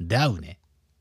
ダウね。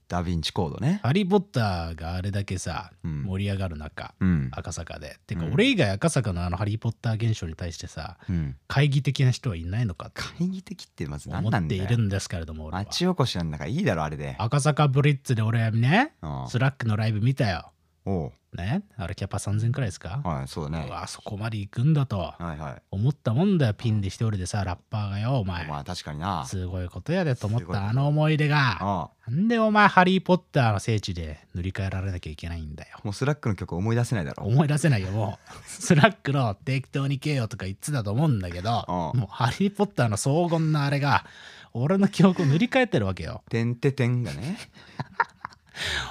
ダヴィンチコードね。ハリー・ポッターがあれだけさ、うん盛り上がる中、うん。赤坂で。てか、うん俺以外赤坂のあのハリー・ポッター現象に対してさ、うん。懐疑的な人はいないのかって会議的ってまず何思なっんてだいよ。るんですけれども、俺は。町おこしなんだからいいだろ、あれで。赤坂ブリッツで俺はね、うんスラックのライブ見たよ。おう。ね、あれキャパ3000くらいですか、はい、そうだうね。わ、そこまで行くんだとはいはい。思ったもんだよ、ピンで一人でさ、ラッパーがよ、お前。まあ確かにな。すごいことやでと思っすごいこたとあの思い出が。ああなんでお前、ハリー・ポッターの聖地で塗り替えられなきゃいけないんだよ。もうスラックの曲思い出せないだろ。思い出せないよ、もう。スラックの適当にけよとか言ってたと思うんだけど、もうんうハリー・ポッターの荘厳なあれが、俺の記憶を塗り替えてるわけよ。てんててんがね。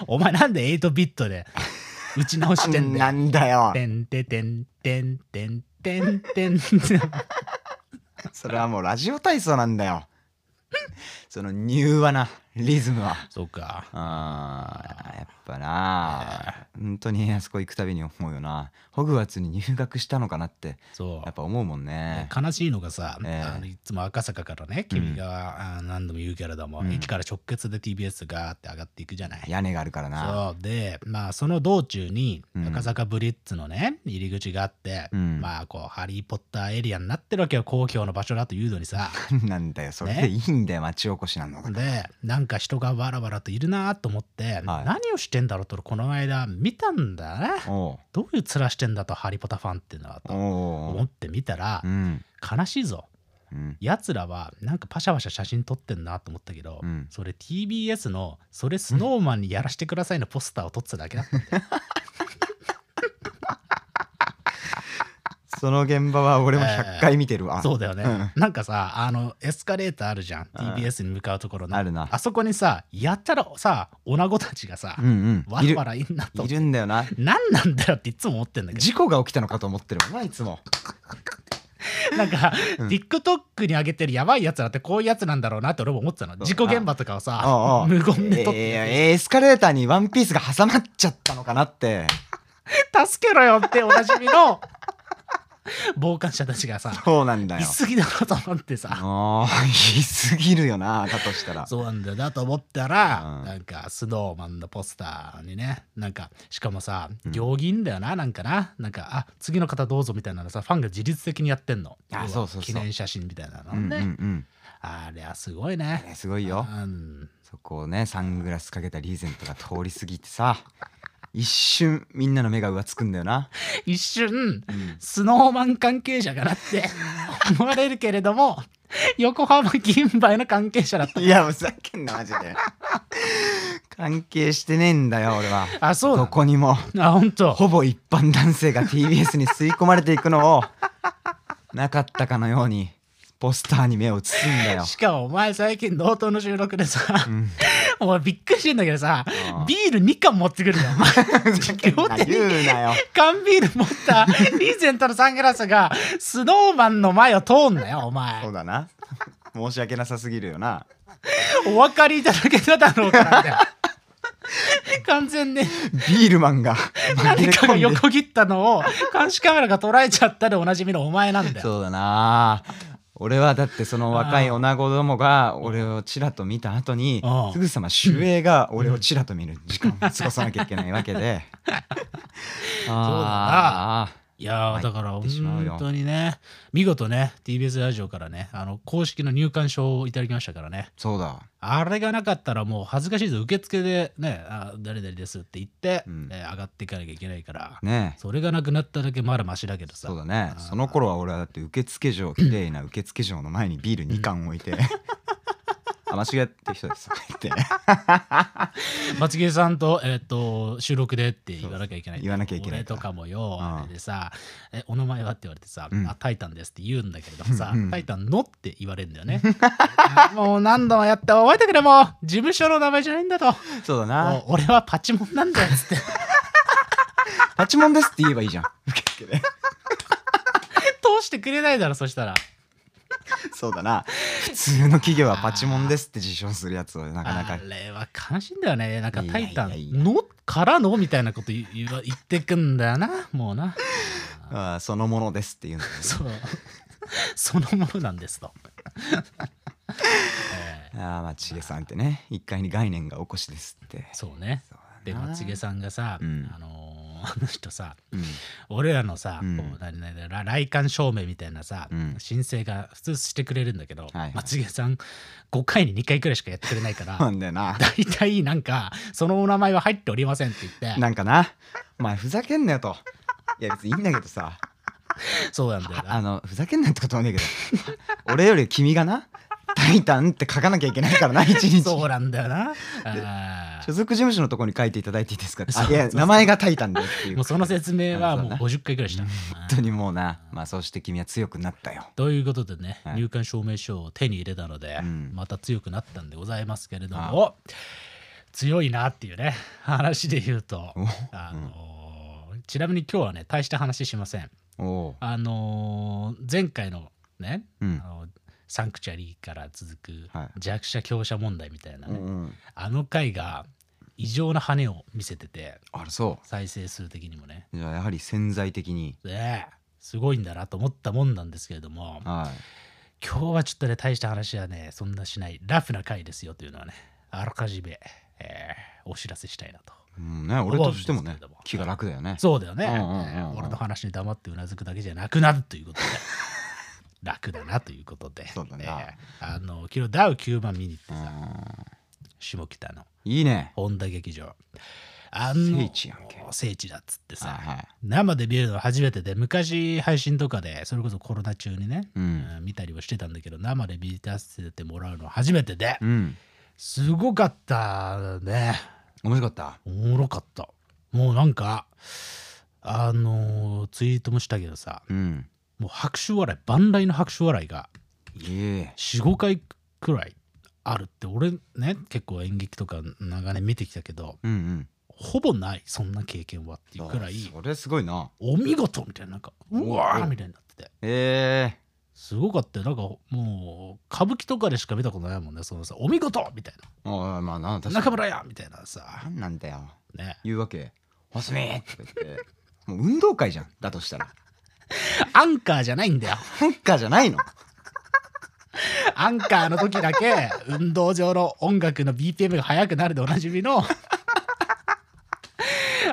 お前なんで8ビットで打ち直してんだよ。なんだよ。てんててんてんてんてんてん。それはもうラジオ体操なんだ よ。その柔和なリズムは。そうか。あーやっぱな本当にあそこ行くたびに思うよなホグワーツに入学したのかなってそやう。っぱ思うもんね悲しいのがさ、ええあのいつも赤坂からね君が、あー何度も言うけれども、うん駅から直結で TBS がーって上がっていくじゃない。屋根があるからなそうでまあその道中にうん赤坂ブリッツのね入り口があって、うんまあこうハリー・ポッターエリアになってるわけよ公共の場所だというのにさ なんだよそれでいいんだよ町おこしなのでなんか人がわらわらといるなと思って、はい何をしてんだろうとこの間見たんだねおうどういう面してんだとハリポタファンっていうのはとお思うってみたらうん悲しいぞうんやつらはなんかパシャパシャ写真撮ってんなと思ったけど、うんそれ TBS の「それスノーマンにやらしてください」のポスターを撮ってただけだったんだよその現場は俺も100回見てるわそうだよね、うんなんかさあのエスカレーターあるじゃん TBS に向かうところのあるなあそこにさやったらさ女子たちがさ、うんうんわいらるわらいんなといるんだよ な何なんだよっていつも思ってんだけど事故が起きたのかと思ってるわないつもなんか、うん TikTok に上げてるやばいやつらってこういうやつなんだろうなって俺も思ってたのん事故現場とかをおうおさう無言で撮っえーてえーエスカレーターにワンピースが挟まっちゃったのかなって助けろよっておなじみ の傍観者たちがさそうなんだ言いよ過ぎだろと思ってさああ、言いすぎるよな、だとしたら。そうなんだよなと思ったら、うんなんかスノーマンのポスターにねなんかしかもさうん行儀いいんだよななんかななんかあ次の方どうぞみたいなのさファンが自律的にやってんのあ要はそうそうそう記念写真みたいなのうんうんね、うん。あれはすごいねねすごいよ。うんそこをね、サングラスかけたリーゼントが通り過ぎてさ、一瞬みんなの目が浮つくんだよな。一瞬うんスノーマン関係者かなって 思われるけれども横浜銀杯の関係者だったいや、ふざけんな、マジで。関係してねえんだよ、俺は。あそうなどのこにも。あ本当ほぼ一般男性が TBS に吸い込まれていくのを、なかったかのように、ポスターに目を移すんだよ。しかもお前最近同等の収録でさ、んお前びっくりしてんだけどさうんビール2缶持ってくるよお前ふざけんな両手に言うなよ。缶ビール持ったリーゼントのサングラスがスノーマンの前を通んなよお前そうだな。申し訳なさすぎるよな。お分かりいただけただろうからだよ完全にビールマンが紛何れかを込んで横切ったのを監視カメラが捉えちゃったでおなじみのお前なんだよそうだな俺はだってその若い女子どもが俺をちらと見た後にうんすぐさま守衛が俺をちらと見る時間を過ごさなきゃいけないわけでああいやーだから入ってしまうよ本当にね見事ね TBS ラジオからねあの公式の入館証をいただきましたからねそうだあれがなかったらもう恥ずかしいぞ受付でねあ誰々ですって言って、うんえー上がっていかなきゃいけないから、ねえそれがなくなっただけまだマシだけどさそうだねあーその頃は俺はだって受付嬢綺麗な受付嬢の前にビール2缶置いて「あ間違って人です」って松木さんと,、えー、と収録でって言わなきゃいけないそう言わなきゃいけない俺とかもよ、うんあれでさえ「お名前は?」って言われてさ「うんあタイタンです」って言うんだけれどもさ「うんうんタイタンの?」って言われるんだよね あもう何度もやって覚えてくれもう事務所の名前じゃないんだとそうだもなう俺はパチモンなんだよっつって 「パチモンです」って言えばいいじゃん受付で通してくれないだろそしたらそうだな普通の企業はパチモンですって自称するやつをなかなかあれは悲しいんだよねなんか「いやタいやイいタやンの?」からのみたいなこと言う言ってくんだよなもうな あーそのものですっていうのそうそのものなんですとえああまあちげさんってね一回に概念がおこしですってーそうねそうだなでまちげさんがさ、うんあのーあの人さうん俺らのさ、うんこう何々ら来館証明みたいなさ、うん申請が普通してくれるんだけど、いはいまちげさん5回に2回くらいしかやってくれないからなんだよな大体なんかそのお名前は入っておりませんって言ってなんかなお前ふざけんなよといや別にいいんだけどさそうなんだよあなのふざけんなってことはねえけど俺より君がな「タイタン」って書かなきゃいけないからな一日そうなんだよなあー所属事務所のとこに書いていただいていいですかってそうあいやそうそう名前が「タイタン」でっていうもうその説明はもうあ50回くらいした、本当にもうなまあそうして君は強くなったよということでね、はい入管証明書を手に入れたので、うんまた強くなったんでございますけれども、強いなっていうね話で言うと、おあのーちなみに今日はね大した話しません。おうあのー前回のね、うんあのサンクチャリーから続くはい弱者強者問題みたいなうね、んうんあの回が異常な羽を見せててあらそ再生数的にもねうじゃあやはり潜在的にねえすごいんだなと思ったもんなんですけれどもはい今日はちょっとね大した話はねそんなしないラフな回ですよというのはねあらかじめ、えーお知らせしたいなとうんね、俺として思うもねんですけれども気が楽だよね。そうだよね、うんうんうんうん俺の話に黙ってうなずくだけじゃなくなるという ことで楽だなということでそうだねえーあの昨日ダウ9万見に行ってうさん下北のいいね。本田劇場あの聖地やんけ聖地だっつってさ、はいはい生で見るのは初めてで昔配信とかでそれこそコロナ中にね、うんうん見たりはしてたんだけど生で見させてもらうのは初めてで、うん。すごかったね面白かった。おもろかったもうなんかあのーツイートもしたけどさうん。もう拍手笑い万来の拍手笑いがいえ。 45回くらいあるって俺ね結構演劇とか長年見てきたけどうんうん。ほぼないそんな経験はっていうくらいそれすごいな。お見事みたいななんかうわーみたいになっててえすごかったよなんかもう歌舞伎とかでしか見たことないもんねそのさ「お見事!」みたいえ。ああまあなな「確中かに。村や!」みたいなさなんなんだよ。ね言うわけ。おすみーって言って。もう運動会じゃん。だとしたら。アンカーじゃないんだ よサッカーじゃない の。アンカーの時だけ運動場の音楽の BPM が速くなるでおなじみ の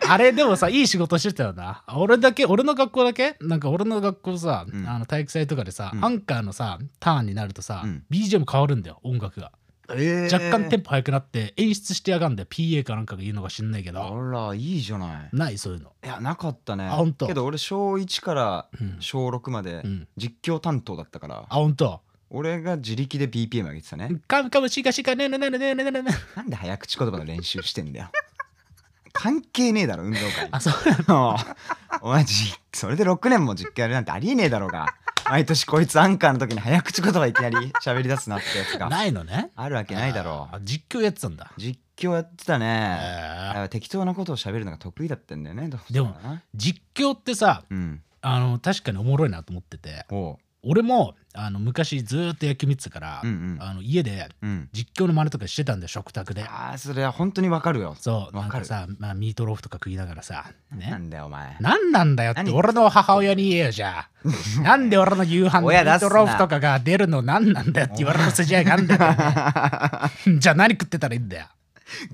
あれでもさいい仕事してたよな俺だけ俺の学校だけなんか俺の学校さ、うんあの体育祭とかでさ、うんアンカーのさターンになるとさ、うん BGM 変わるんだよ音楽がえ若干テンンポ速くなって演出してやがんだよ PA かなんかが言うのか知んないけどあらいいじゃない。ないそういうのいやなかったね。あほんとけど俺小一からうん小六までうん実況担当だったから。あ本当。俺が自力で BPM 上げてたね。カムカムシカシカねねねねねねねねなんで早口言葉の練習してんだよ。関係ねえだろ、運動会にあ。そうおうお前じ、それで6年も実況やるなんてありえねえだろうが。毎年こいつアンカーの時に早口言葉いきなり喋り出すなってやつがないのねあるわけないだろあ実況やってたんだう。実況やってたね。えーだから適当なことを喋るのが得意だったんだよね。どうしてかな、実況ってさうん。あの確かにおもろいなと思ってておう。俺もあの昔ずーっと野球見てたから、うんうん。あの家でうん。実況の真似とかしてたんで食卓でああ、それは本当にわかるよ。そうなわんかかるさ、まあ、ミートローフとか食いながらさなねんだよ、お前。何なんだよって何俺の母親に言えよじゃ あなんで俺の夕飯のミ親出すなートローフとかが出るの何なんだよって言われる筋合いがあんだよ、ね、 じゃあ何食ってたらいいんだよ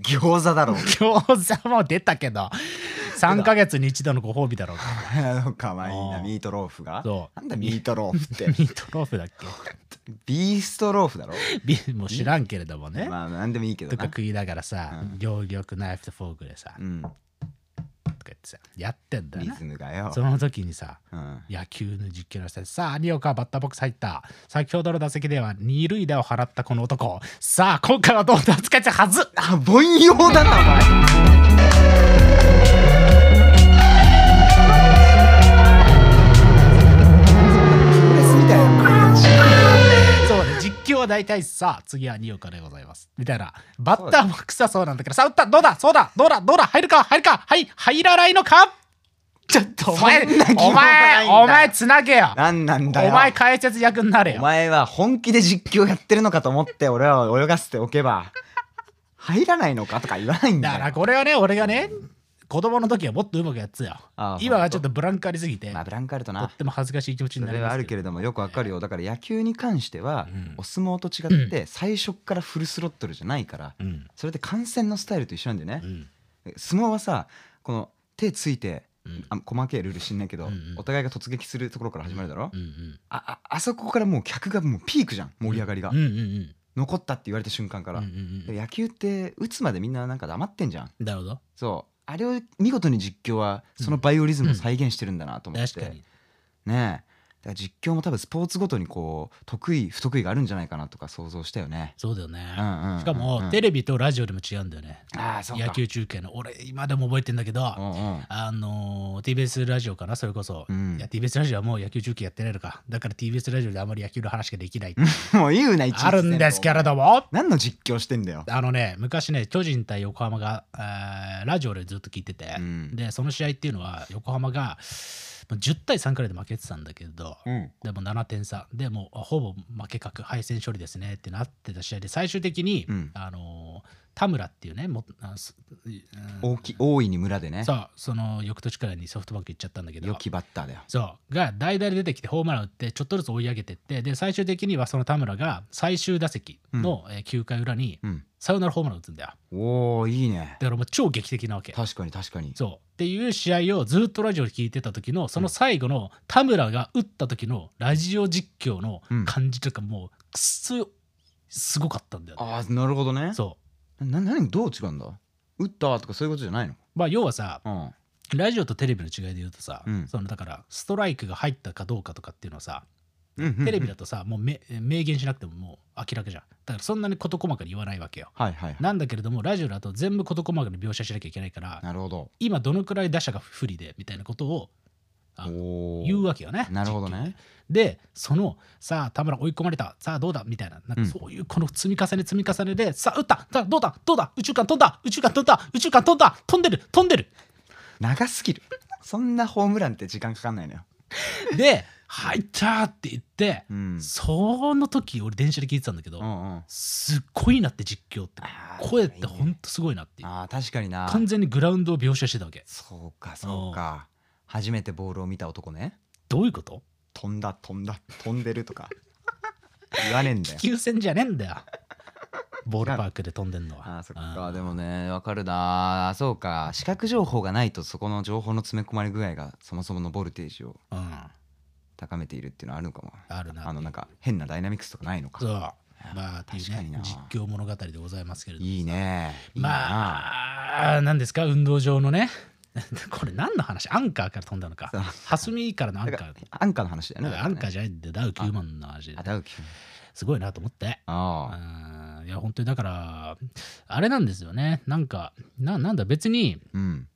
餃子だろう。餃子も出たけ ど3ヶ月に一度のご褒美だろうかかわいいな、ミートローフが。そうなんだ、ミートローフってミ。ートローフだっビーストローフだろけビもう知らんけれどもね、まあ何でもいいけどとかな。食いながらさ、うん両玉ナイフとフォークでさ、うん、とか言ってさやってんだよリなズムがよ。その時にさうん、野球の実況の人でさあ、有岡バッターボックス入った。先ほどの打席では二塁打を放ったこの男。さあ、今回はどうだ扱いたはずあ、凡庸だな、お前。レスみたいな。そうね、実況は大体さあ、次は二岡でございます。みたいな。バッターボックスはそうなんだけど、さあ、打ったどうだそうだどうだどうだ入るか入るかはい入らないのかちょっとお前、そんな疑問おはな前、いんだよお前、つなげよ何なんだよ。お前、解説役になれよお前は本気で実況やってるのかと思って俺は泳がせておけば入らないのかとか言わないんだだからよ。これはね俺がね子供の時はもっとうまくやってたよああ今はちょっとブランクありすぎて、まあブランクあるととなっても恥ずかしい気持ちそになりれはまあするけけどれどもよくわかるよだから野球に関しては、うんお相撲と違って最初っからフルスロットルじゃないから、うんそれって観戦のスタイルと一緒なんだようね、ん相撲はさこの手ついてうんあ細けいルール知んないけど、うんうんお互いが突撃するところから始まるだろ、うんうんあああそこからもう客がもうピークじゃん盛り上がりが、うんうんうん残ったって言われた瞬間から、うんうんで野球って打つまでみんななんか黙ってんじゃんうんなるほどそうあれを見事に実況はそのバイオリズムを再現してるんだなと思って、確かにねえだから実況も多分スポーツごとにこう得意不得意があるんじゃないかなとか想像したよね。そうだようんね、うんうんうんしかも、テレビとラジオでも違うんだよねああそうか野球中継の俺今でも覚えてんだけど、うんうんあのー TBS ラジオかなそれこそ、うんいや TBS ラジオはもう野球中継やってないのかだから TBS ラジオであまり野球の話がで きないもう言うないちいちあるんですけれども何の実況してんだよ。あのね昔ね巨人対横浜が、えーラジオでずっと聞いてて、うんでその試合っていうのは横浜がまあ10対3くらいで負けてたんだけど、うんでも7点差でもうほぼ負け確敗戦処理ですねってなってた試合で最終的に、うんあのー田村っていうねもあすうん大き大いに村でねそうその翌年くらいにソフトバンク行っちゃったんだけど良きバッターだよ。そうが代打で出てきてホームラン打ってちょっとずつ追い上げてってで最終的にはその田村が最終打席の、えー9回裏にうん、サヨナラホームラン打つんだよおおいいね。だからもう超劇的なわけ確かに確かに。そうっていう試合をずっとラジオで聞いてた時のその最後の田村が打った時のラジオ実況の感じというかもうくっそすごかったんだよねああなるほどね。そな何どう違うんだ打ったとかそういうことじゃないのうまあ要はさうんラジオとテレビの違いで言うとさ、うんそのだからストライクが入ったかどうかとかっていうのはさ、うんうんうんテレビだとさもうめ明言しなくてももう明らかじゃんだからそんなに事細かに言わないわけよはいはいはいなんだけれどもラジオだと全部事細かに描写しなきゃいけないからなるほど今どのくらい打者が不利でみたいなことをあおお言うわけよねなるほどねでそのさあ田村追い込まれたさあどうだみたいななんうかんそういうこの積み重ね積み重ねで、さあ打ったさあどうだどうだ宇宙間飛んだ宇宙間飛んだ宇宙間飛んだ飛んでる飛んでる長すぎるそんなホームランって時間かかんないのよで入ったって言って、うんその時俺電車で聞いてたんだけど、うんうんすっごいなって実況ってあー声ってほんとすごいなっていうあー確かにな完全にグラウンドを描写してたわけそうかそうか初めてボールを見た男ねどういうこと飛んだ飛んだ飛んでるとか言わねえんだよ気球戦じゃねえ んだよボールパークで飛んでんのはあーそっうかんでもねわかるなそうか視覚情報がないとそこの情報の詰め込まれ具合がそもそものボルテージをうん高めているっていうのはあるのかもあるなあのなんか変なダイナミクスとかないのかそうまあっていう確かにねな実況物語でございますけれどもいいねいいなまあ何ですか運動場のね これ何の話アンカーから飛んだのかそう蓮見からのアンだカからーアンカーの話だよねだアンカーーじゃないんだよダウ9万の話ですすごいなと思ってあうんいや本当にだからあれなんですよねなんかななんだ別にあうん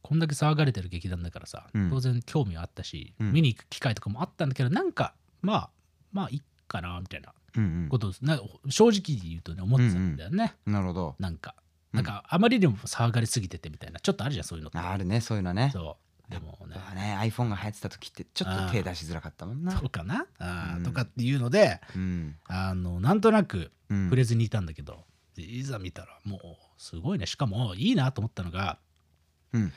こんだけ騒がれてる劇団だからさ、うん当然興味はあったし、うん見に行く機会とかもあったんだけどなんかまあまあいいかなみたいなうんことをな正直に言うとね思ってたんだよね、うんなるほどなんかうんなんかあまりにも騒がれすぎててみたいなちょっとあるじゃんそういうのってあるねそういうのねそうでもねまあね iPhone が流行ってた時ってちょっと手出しづらかったもんなそうかなあーうんとかっていうのでうんあのなんとなくうん触れずにいたんだけど、いざ見たらもうすごいねしかもいいなと思ったのがうん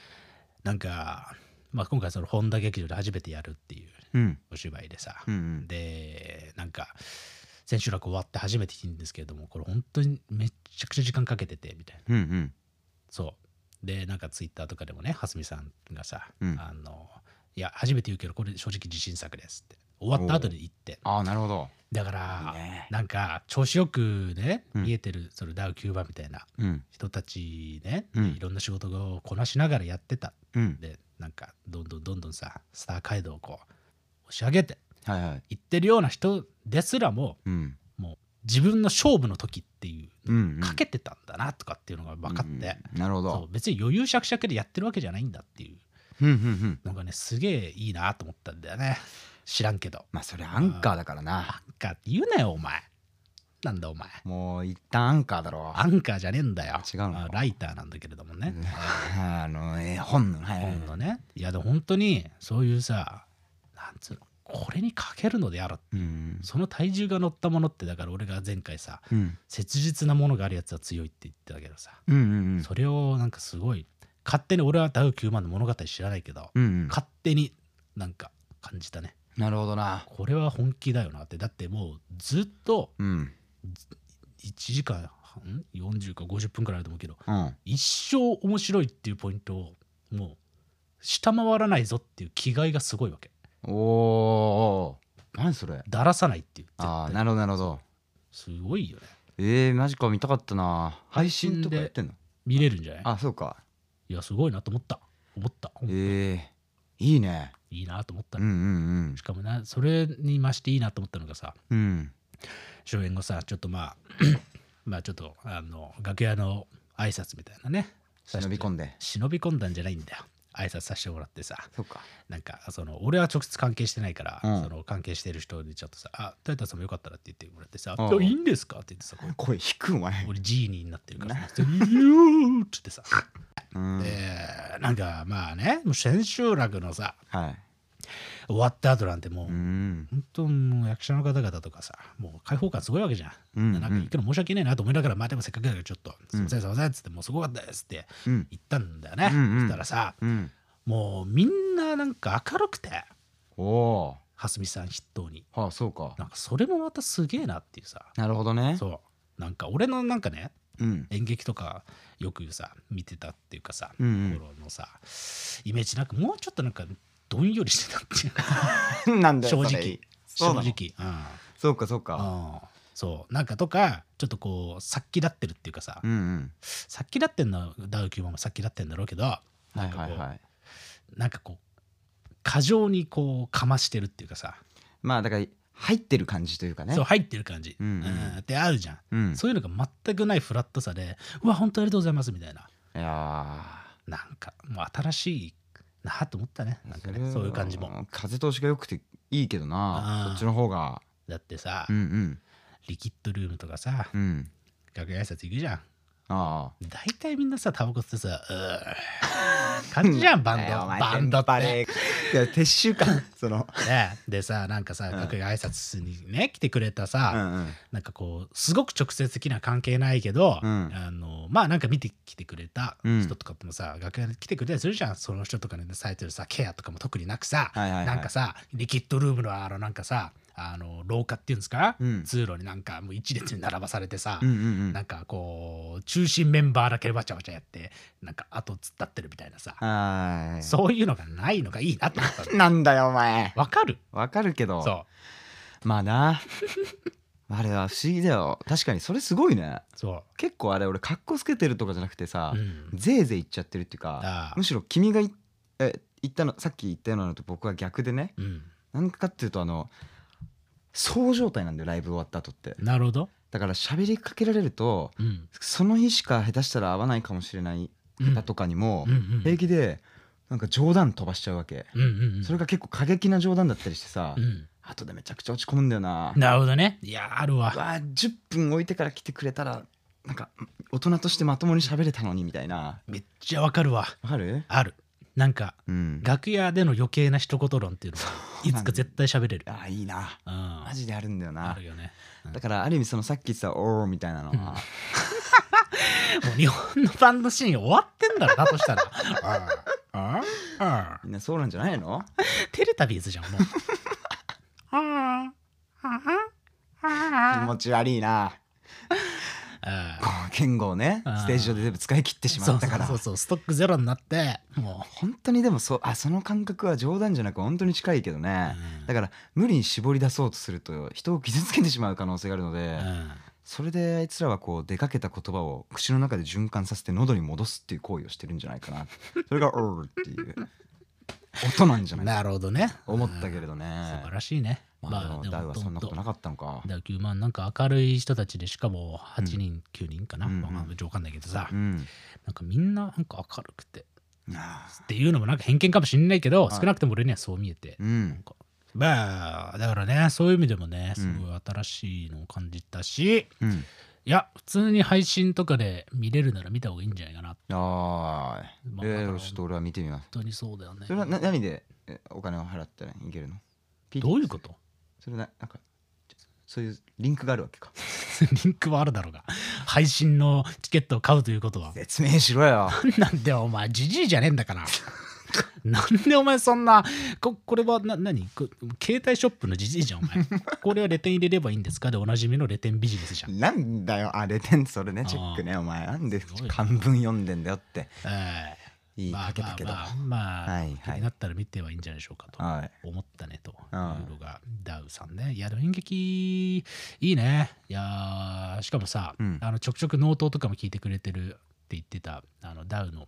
なんか、まあ、今回その本田劇場で初めてやるっていううんお芝居でさ、うんうんでなんか千秋楽終わって初めて聞いたんですけれどもこれ本当にめちゃくちゃ時間かけててみたいなうんうんそうでなんかツイッターとかでもね蓮見さんがさ、うんあのいや初めて言うけどこれ正直自信作ですって終わった後で言ってああなるほどだからいいねなんか調子よくねうん見えてるそのダウ9番みたいなうん人たちね、うんいろんな仕事をこなしながらやってたうんでなんかどんどんどんどんさスター街道をこう押し上げてはいはいいってるような人ですらもうんもう自分の勝負の時っていううのんかけてたんだなとかっていうのが分かって、うんなるほそうど別に余裕しゃくしゃくでやってるわけじゃないんだっていうんうんうんうのがねすげえいいなと思ったんだよね知らんけどまあそれアンカーだからなアンカーって言うなよお前なんだお前もう一旦アンカーだろアンカーじゃねえんだよ違うのあライターなんだけれどもね、 あのえー本のはいはい本のねいやでも本当にそういうさなんつうのこれにかけるのであろうんその体重が乗ったものってだから俺が前回さうん切実なものがあるやつは強いって言ってたけどさ、うんうんうんそれをなんかすごい勝手に俺はダウ9万の物語知らないけど、うんうん勝手になんか感じたねなるほどなこれは本気だよなってだってもうずっとうん1時間半40か50分くらいあると思うけどうん一生面白いっていうポイントをもう下回らないぞっていう気概がすごいわけおお何それだらさないっていう絶対ああなるほどなるほどすごいよねえー、マジか見たかったな配信とかでやってんの見れるんじゃないあそうかいやすごいなと思った思った、えー、いいねいいなと思ったうんね、うんしかもなそれに増していいなと思ったのがさうんうん初演後さちょっとまあ まあちょっとあの楽屋の挨拶みたいなね忍び込んんで忍び込んだんじゃないんだよ挨拶させてもらってさそうかなんかその俺は直接関係してないから、うんその関係してる人にちょっとさ「あトヨタさんもよかったら」って言ってもらってさ「うんいやいいんですか?」って言ってさこ う声引くお前俺ジーニーになってるからさ「いやいやっつってさ、うんはいえーなんかまあねもう千秋楽のさ終わった後なんてもう、うん本当もう役者の方々とかさもう開放感すごいわけじゃん。うんうんなんか行くの申し訳ないなと思いながらまあでもせっかくだからちょっと「すいませんすいません」っつって「もうすごかったです」ってうん言ったんだよね。うんうんそしたらさうんもうみんななんか明るくておお蓮見さん筆頭に。ーはあそうかなんかそれもまたすげえなっていうさなるほどねそうなんか俺のなんかねうん演劇とかよくさ見てたっていうかさ、うんうん頃のさイメージなんかもうちょっとなんかどんよりしてたっていうかなんだ正よ直 そ正れそうなの直うんそうかそうかうんそうなんかとかちょっとこう殺気立ってるっていうかさ、うんうん殺気立ってんのダウキューマも殺気立ってんだろうけどはないんかこう、はいはいなんかこう過剰にこうかましてるっていうかさまあだから入ってる感じというかねそう入ってる感じ、うんうんってあるじゃんうんそういうのが全くないフラットさで、うわ、本当ありがとうございますみたいな、いやなんかもう新しいなと思ったね、なんかね、そういう感じも。も風通しが良くていいけどあなーこっちの方がだってさ、うんうんリキッドルームとかさ、うん楽屋挨拶行くじゃん。あ大体みんなさ、タバコ吸ってさ、うー感じじゃ ん、あバンド。バンドって。いや撤収かそのね、でさ、なんかさ、楽屋挨拶にね、来てくれたうさ、んうんなんかこう、すごく直接的な関係ないけど、うんあのまあなんか見てきてくれたうん人とかもさ、楽屋に来てくれたりするじゃんその人とかにされてるさケアとかも特になくさ、はいはいはいなんかさリキッドルームのあのなんかさあの廊下っていうんですか、うん通路になんかもう一列に並ばされてさ、うんうんうんなんかこう中心メンバーだけわちゃわちゃやってなんか後突っ立ってるみたいなさ、はーそういうのがないのがいいなと思ったのいなんだよお前わ かるわかるけどそうまあな あれは不思議だよ確かにそれすごいねそ結構あれ俺かっこつけてるとかじゃなくてさう、うん、ぜいぜい言っちゃってるっていうかあむしろ君がいえ言ったのさっき言ったようなのと僕は逆でねうん、なんかっていうとあのそう状態なんだよライブ終わった後ってなるほど、だから喋りかけられるとうんその日しか下手したら会わないかもしれないうん方とかにもうんうん平気でなんか冗談飛ばしちゃうわけうんうんうん、それが結構過激な冗談だったりしてさうん後でめちゃくちゃ落ち込むんだよななるほどね。いや、あるわ。わあ10分置いてから来てくれたらなんか大人としてまともに喋れたのにみたいなめっちゃわかるわ。わかるある。なんか、うん楽屋での余計な一言論っていうのは、いつか絶対喋れる。あいいなうん。マジであるんだよあなるよね。だからある意味そのさっき言ってた「おー」みたいなのはもう日本のバンドシーン終わってんだろ、だとしたら。 ああああみんなそうなんじゃないのテレタビーズじゃん、もう。 ああああ気あ持ち悪いなあこう言語をねあーステージ上で全部使い切ってしまったからそうそうそうそう、ストックゼロになって、も本当にでもそうあその感覚は冗談じゃなく本当に近いけどう。ねだから無理に絞り出そうとすると人を傷つけてしまう可能性があるのでうんそれであいつらはこう出かけた言葉を口の中で循環させて喉に戻すっていう行為をしてるんじゃないかなそれ が「おー」っていう音なんじゃうなんいなかるほどね。思ったけれどうん素ね晴らしいね。まあでもダウはそんなこ本当となかったのかだからまあなんか明るい人たちでしかも8人、9人かな、うんうんまあまあわかんないけどさ、うんなんかみんななんか明るくてあーっていうのもなんか偏見かもしれないけど、はい少なくとも俺にはそう見えて、うんまあだからねそういう意味でもねすごい新しいのを感じたし、うんいや普通に配信とかで見れるなら見た方がいいんじゃないかなあまああえだかーらちょっと俺は見てみます本当にそうだよねそれはな何でえお金を払ったらいけるのどういうこと それななんかそういうリンクがあるわけかリンクはあるだろうが配信のチケットを買うということは説明しろよ なんでお前じじいじゃねえんだから なんでお前そんなここれはな何こ携帯ショップのじじいじゃんお 前これはレテン入れればいいんですかでおなじみのレテンビジネスじゃん、なんだよあれ点それねあーチェックねお前なんですごいな漢文読んでんだよってえ言えいまあかけまたあけどまあ、まあはいはい気になったら見てはいいんじゃないでしょうかとはい思ったねというああのがダウさんねいやでも演劇いいねいやーしかもさ、うんあのちょくちょく納刀とかも聞いてくれてるって言ってたあのダウの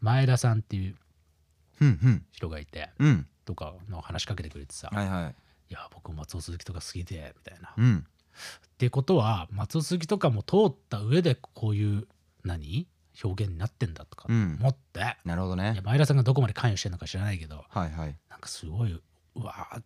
前田さんっていううん人がいてうんうんとかの話しかけてくれてさはいはいいや僕松尾鈴木とか好きでみたいな。うっんてことは松尾鈴木とかも通った上でこういう何表現になってんだとかうん思って、なるほどいやね前田さんがどこまで関与してるのか知らないけどはいはいなんかすごいうわー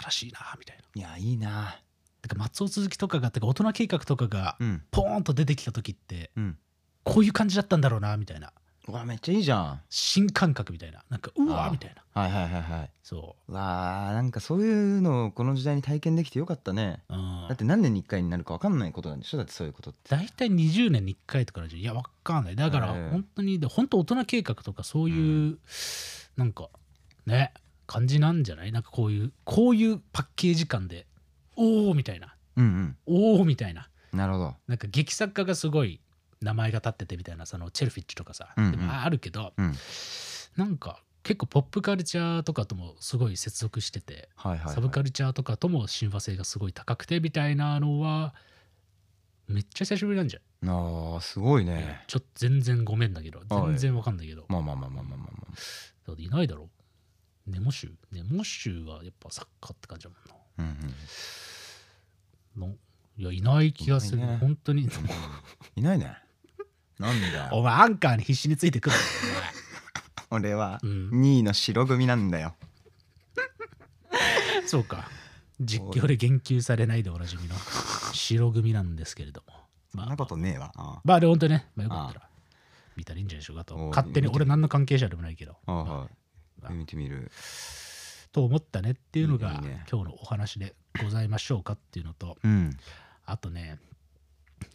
新しいなみたいな。いやいいなてか松尾鈴木とかがてか大人計画とかがうんポーンと出てきた時ってうんこういう感じだったんだろうなみたいなうわめっちゃいいじゃん新感覚みたいななんかうわあーーみたいなはいはいはいはそいわあなんかそういうのをこの時代に体験できてよかったねう、うんだっ、て何年に1回になるか分かんないことなんでしょだってそういうことって大体20年に1回とかなんじゃんいやわかんないだからうん本当にで本当大人計画とかそういう、なんかね感じなんじゃないなんかこういうこういうパッケージ感でおおみたいなうんおおみたいなうんなるほどなんか劇作家がすごい名前が立っててみたいなそのチェルフィッチとかさ、うんうんでもああるけどうんなんか結構ポップカルチャーとかともすごい接続してて、はいはいはいサブカルチャーとかとも親和性がすごい高くてみたいなのはめっちゃ久しぶりなんじゃん、あーすごいねちょっと全然ごめんだけど全然わかんないけど、まあまあまあまあまあまあまだっていないだろネモ州ネモ州はやっぱサッカーって感じだもんあうんうなんのいやいない気がする、いないね本当 にいないねなんだお前アンカーに必死についてくる俺はうん2位の白組なんだよ そうか実況で言及されないでおなじみの白組なんですけれどもそんなことねえわあまあで本当ね、まあ、よかったら見たらいいんじゃないでしょうかとおう勝手に見て俺何の関係者でもないけどあはあい見てみると思ったねっていうのがいいねいいね今日のお話でございましょうかっていうのとうんあとね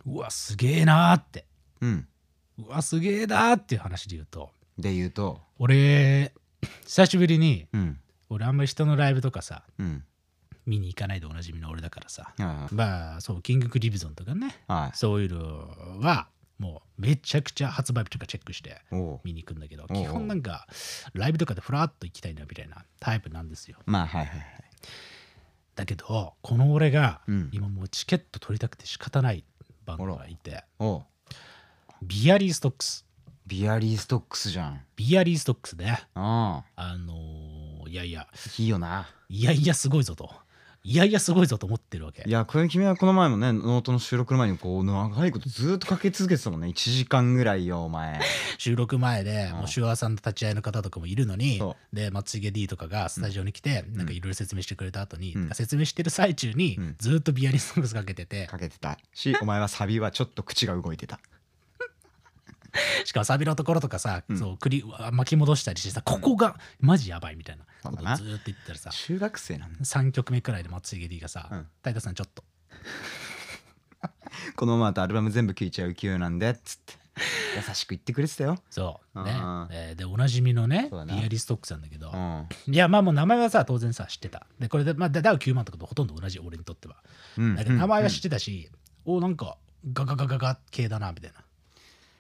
うわすげえなーってうんうわすげえなーっていう話で言うとで言うと俺久しぶりにうん俺あんまり人のライブとかさうん見に行かないでおなじみの俺だからさはいはいまあそうキングクリビゾンとかねはいそういうのはもうめちゃくちゃ発売日とかチェックしておお見に行くんだけどおうおう基本なんかライブとかでふらっと行きたいなみたいなタイプなんですよまあはいはいはいだけどこの俺がうん今もうチケット取りたくて仕方ないバンドがいておおビアリーストックスビアリーストックスじゃんビアリーストックスねあああのーいやいやいいよないやいやすごいぞといやいやすごいぞと思ってるわけいやこれ君はこの前もねノートの収録の前にこう長いことずーっとかけ続けてたもんね1時間ぐらいよお前収録前でんもうシュワーさんの立ち会いの方とかもいるのにそで松重 D とかがスタジオに来て、なんかいろいろ説明してくれた後に、うん説明してる最中に、うんずっとビアリストックスかけてて、かけてたしお前はサビはちょっと口が動いてたしかもサビのところとかさ、うんそうクリ巻き戻したりしてさここがマジやばいみたいなそうこだとなずーっと言ってたらさ中学生なんだ3曲目くらいで松重 D がさうん「太、イ太、さんちょっとこのままだとアルバム全部聴いちゃう勢いなんでっつって優しく言ってくれてたよそうねあ、えーでおなじみのねそうだなビアリストックスなんだけどう、んいやまあもう名前はさ当然さ知ってたでこれで、まあ、ダウ9万とかとほとんど同じ俺にとってはうんだけど名前は知ってたし、おなんかガガガガガ系だなみたいな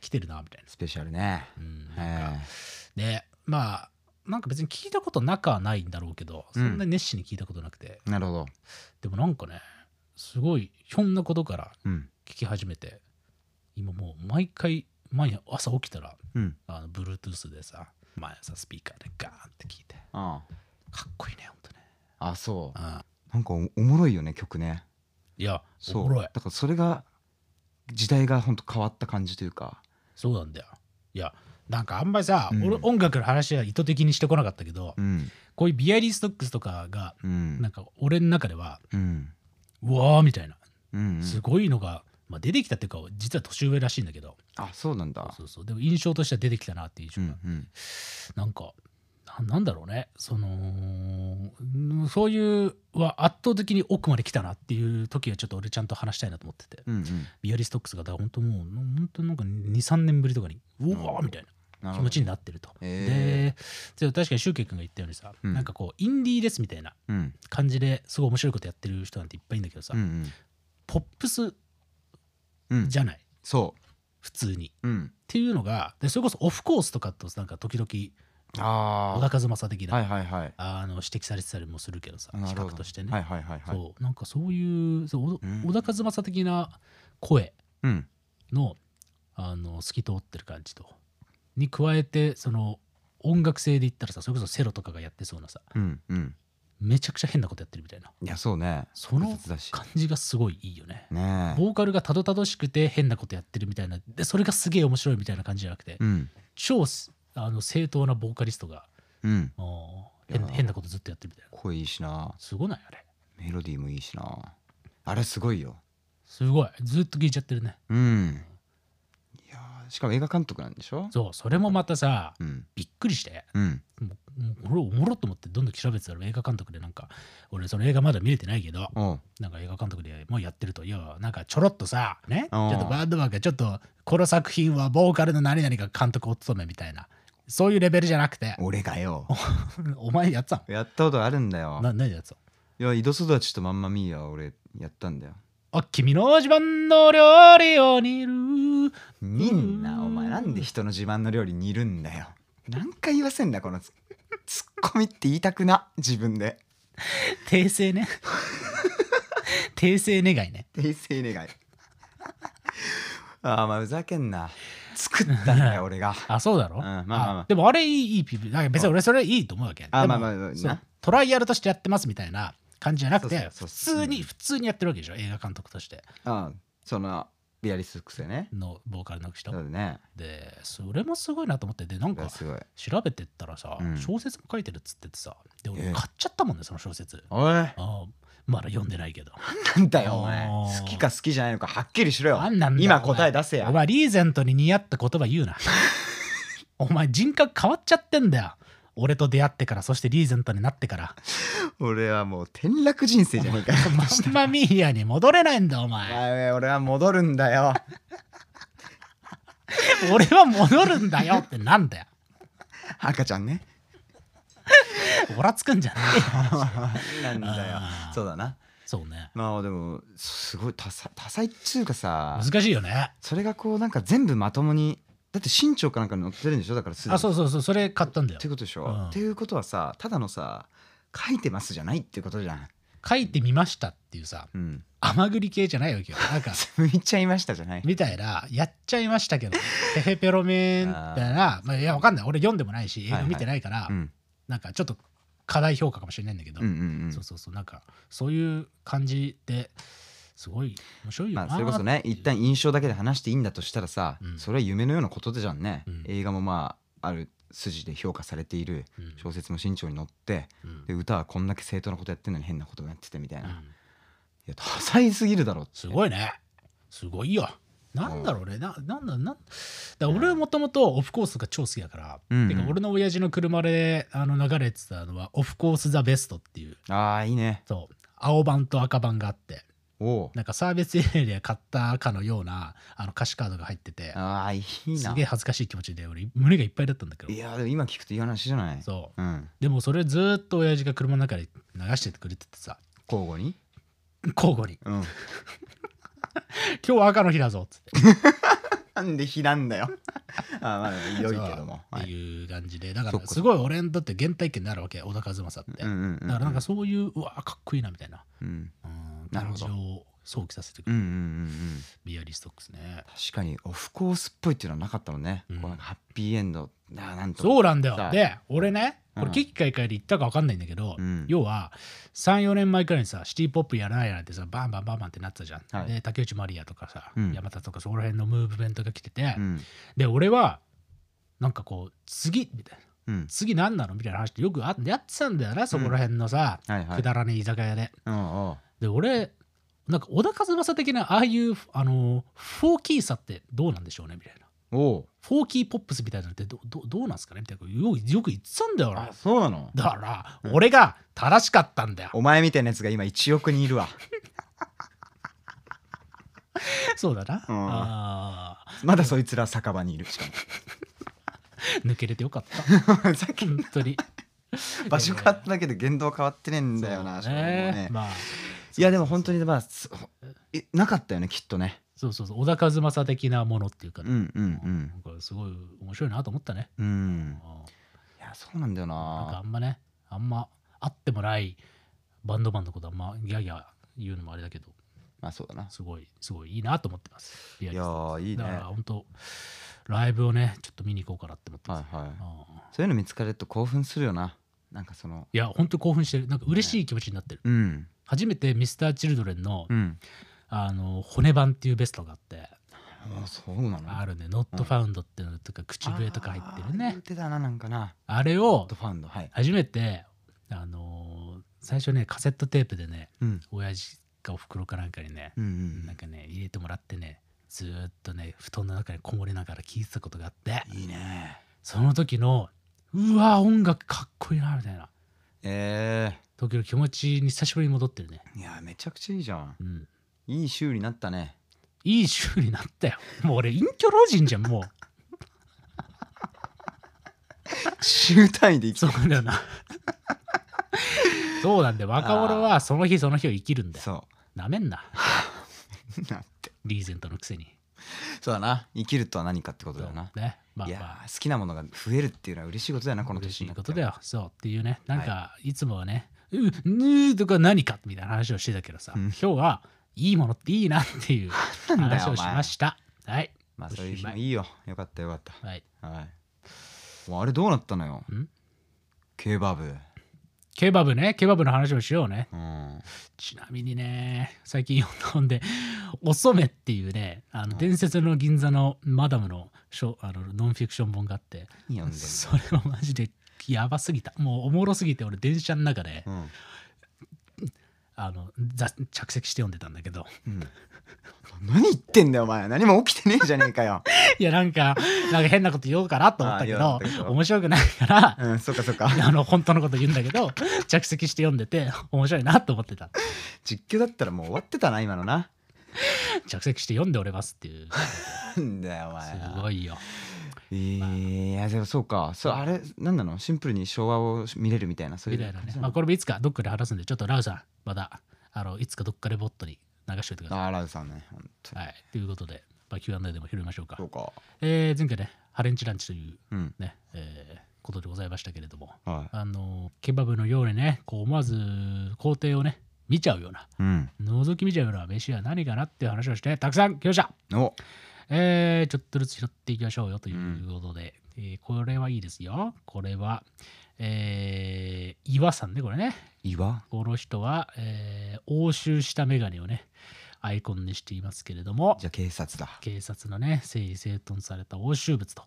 来てるなみたいなスペシャルね、うんえでまあなんか別に聞いたことなくはないんだろうけどそんなに熱心に聞いたことなくて、えなるほどでもなんかねすごいひょんなことからうん聞き始めて今もう毎回毎朝起きたらうんあの Bluetooth でさ毎朝スピーカーでガーンって聞いてあかっこいいねほんとねああそうあなんかおおもろいよね曲ねいやそうおもろいだからそれが時代がほんと変わった感じというかそうなんだよいやなんかあんまりさ、うん俺音楽の話は意図的にしてこなかったけど、うんこういうビアリーストックスとかがうんなんか俺の中ではうんうわーみたいなうんうんすごいのが、まあ、出てきたっていうか実は年上らしいんだけどあそうなんだそうそうでも印象としては出てきたなっていう印う象んが、うんなんかななんだろうねそのうんそういうは圧倒的に奥まで来たなっていう時はちょっと俺ちゃんと話したいなと思っててうんうんビアリストックスがだから本当もう本当なんか23年ぶりとかにうわーみたいななる気ほ持どちになってると。へでで確かにシュウケイ君が言ったようにさ、うんなんかこうインディーですみたいなうん感じですごい面白いことやってる人なんていっぱいいるんだけどさ、うんうんポップスうんじゃないそ普通に。ううんっていうのがでそれこそオフコースとかとなんか時々あ小田和正的な、はいはいはいあの指摘されてたりもするけどさ比なるほど較としてね、はいはいはいはいそうなんかそういうそうおうん小田和正的な声うんのあの透き通ってる感じとに加えてその音楽性で言ったらさそれこそセロとかがやってそうなさうんうんめちゃくちゃ変なことやってるみたいないやそうねその複雑だし感じがすごいいいよね。ねえボーカルがたどたどしくて変なことやってるみたいなでそれがすげえ面白いみたいな感じじゃなくて、うん超すあの正当なボーカリストがうんもういや変変なことずっとやってるみたいな声いいしなすごないあれメロディーもいいしなあれすごいよすごいずっと聴いちゃってるねうんいやーしかも映画監督なんでしょそうそれもまたさうんびっくりしてうんもうもう俺おもろっと思ってどんどん調べてたら映画監督でなんか俺その映画まだ見れてないけどおうなんか映画監督でもうやってるといやなんかちょろっとさねちうんょっとバンドマンがちょっとこの作品はボーカルの何々が監督を務めみたいなそういうレベルじゃなくて俺がよお前やってたやったことあるんだよのな何やってたのいや井戸育ちとまんまみーや俺やったんだよあ君の自慢の料理を煮るにんなお前なんで人の自慢の料理煮るんだよ何回言わせんだこのツツッコミって言いたくな自分で訂正 ね訂正願いね訂正願いああまあふざけんな作ったん だよ俺があそうだろ、うんまあまあまあでもあれいいいい PV だから別に俺それいいと思うわけあでもまあまあまあそうなトライアルとしてやってますみたいな感じじゃなくてそうそうそう普通に、うん普通にやってるわけでしょ映画監督としてあそのビアリストックスでねのボーカルの人そうだねでそれもすごいなと思ってでなんいやかすごい調べてったらさ、うん小説も書いてるっつっててさで俺ええ買っちゃったもんねその小説あおいなあまだ読んでないけどんだよお前あー好きか好きじゃないのかはっきりしろよなんなんだ 今お前答え出せやお前リーゼントに似合った言葉言う なお前人格変わっちゃってんだよ俺と出会ってからそしてリーゼントになって から俺はもう転落人生じゃねえかよ マンマミーヤに戻れないんだおお 前前俺は戻るんだよ俺は戻るんだよってなんだよ赤ちゃんねおらつくんじゃねえよなんだよあーそうだなそうねまあでもすごい多彩多彩っつうかさ難しいよねそれがこうなんか全部まともにだって身長かなんかに載ってるんでしょだからすでにあそうそうそうそれ買ったんだよってことでしょ、うんっていうことはさただのさ書いてますじゃないっていうことじゃん書いてみましたっていうさうん 甘栗系じゃないわけよなんか向いちゃいましたじゃないみたいなやっちゃいましたけどペヘペロメンみたいなまあいやわかんない俺読んでもないし映画見てないから、うんなんかちょっと過大評価かもしれないんだけど、うんうんうんそうそうそうなんかそういう感じですごい面白いよまな、あそれこそね一旦印象だけで話していいんだとしたらさ、うんそれは夢のようなことでじゃんね、うん映画もまあある筋で評価されているうん小説も身長に載ってうんで歌はこんだけ正当なことやってんのに変なことやっててみたいな、ういんや多彩すぎるだろってすごいねすごいよなんだろうねななんだなんだから俺はもともとオフコースが超好きだから、うんうんてか俺の親父の車であの流れてたのはオフコースザベストっていうああいいねそう青版と赤版があっておおなんかサービスエリア買ったかのようなあの歌詞カードが入っててああいいすなげえ恥ずかしい気持ちで俺胸がいっぱいだったんだけどいやでも今聞くといい話じゃないそううんでもそれずーっと親父が車の中で流しててくれててさ交互に交互にうん「今日は赤の日だぞ」っつってなんで火なんだよ あまあ良いけどもそうはっていいう感じでだかそっからすごい俺にとって原体験になるわけ小田和正って、うんうんうだんからなんかそういううわーかっこいいなみたいなうんうんなる感ほど情を想起させてくうんうれんうる、んうんビアリストックスね確かにオフコースっぽいっていうのはなかったもんね、うんこうなんかハッピーエンドだなんとそうなんだはよいで俺ねこうれん危機開会で言ったか分かんないんだけど、うん要は34年前くらいにさシティ・ポップやらないやなんてさバンバンバンバンってなってたじゃん、はいで竹内まりやとかさ、うん山田とかそこら辺のムーブメントが来てて、うんで俺はなんかこう次みたいなうん次何なのみたいな話ってよくあやってたんだよなそこら辺のさ、はいはいくだらねえ居酒屋で、うんうんで俺なんか小田和正的なああいうあのフォーキーさってどうなんでしょうねみたいなおうフォーキーポップスみたいなのってどどどうなんすかねみたいなことよくよく言ってたんだよあなそうなのだから俺が正しかったんだよ、お前みたいなやつが今1億人い るわそうだな、うんあまだそいつら酒場にいるしかー抜けれてよか ったもさっき本当に場所変わっただけで言動変わってねえんだよな、そしうかもねねまあいやでも本当にまあすえなかったよねきっとねそうそうそう小田和正的なものっていうかうね、んうなんんかすごい面白いなと思ったね、うんうんあいやそうなんだーよなんかあなんまねあんま会ってもないバンドマンのことあんまギャーギャー言うのもあれだけどまあそうだなすごいすごいいいなと思ってますリアいリやストーいいだねからは本当ライブをねちょっと見に行こうかなって思っています、はいあーそういうの見つかれると興奮するよななんかそのいや本当興奮してるなんか嬉しい気持ちになってる、うん初めて Mr.Children の,、うんあの骨盤っていうベストがあってあそうなのあるね「Not Found」っていうのとか口笛とか入ってるあーね言ってたななんかなあれをホットファンドはい初めて、あのー最初ねカセットテープでねうん親父かおふくろかなんかにね、うんうんなんかね入れてもらってねずーっとね布団の中にこもりながら聴いてたことがあっていいねその時のうわー音楽かっこいいなみたいなえ時の気持ちに久しぶりに戻ってるね、ーいやめちゃくちゃいいじゃんうん、いい週になっ たねいい週になったよもう俺隠居老人じゃんもう週単位で生きそうなんだよな そうなんだよ若者はその日その日を生きるんだよそなめんなう なんてリーゼントのくせにそうだな生きるとは何かってことだよなねまあいまあやー好きなものが増えるっていうのは嬉しいことだよなこの嬉年しにいなこっとてだよ。そうっていうね、なんかいつもはね、うぬーとか何かみたいな話をしてたけどさ、うん今日はいいものっていいなっていうなんだよ話をしました。はい。まあそういう日もいいよよかったよかっはい、たはいもうあれどうなったのよん K バブケバブね、ケバブの話をしようね。うんちなみにね、最近読んだ本で、おそめっていうね、あの伝説の銀座のマダムのしょあのノンフィクション本があって、何読んでんのそれはマジでやばすぎた。もうおもろすぎて、俺電車の中で、うんあのざ着席して読んでたんだけど。 うん何言ってんだよお前何も起きてねえじゃねえかよいやなんかなんか変なこと言おうかなと思ったけあどー言おうと思ったけど面白くないから うんそっかそっかあの本当のこと言うんだけど着席して読んでて面白いなと思ってた実況だったらもう終わってたな今のな着席して読んでおれますっていうなんだよお前すごいよいやでもそうかそうあれ何なのシンプルに昭和を見れるみたいなそういみうたいなね感じなまあのこれもいつかどっかで話すんでちょっとラウさんまだあのいつかどっかでボットに流しておいてくださあーラウさんねほんといはいということで、まあ、Q&A でも拾いましょうかそうかえー前回ねハレンチランチといううんね、えーことでございましたけれどもはいあのケバブのようにねこう思わず工程をね見ちゃうようなうん覗き見ちゃうような飯は何かなっていう話をしてたくさん来ましたおえー、ちょっとずつ拾っていきましょうよということで、えーこれはいいですよこれはえー、岩さんねこれね岩この人は、えー、押収したメガネをねアイコンにしていますけれどもじゃあ警察だ警察のね整理整頓された押収物と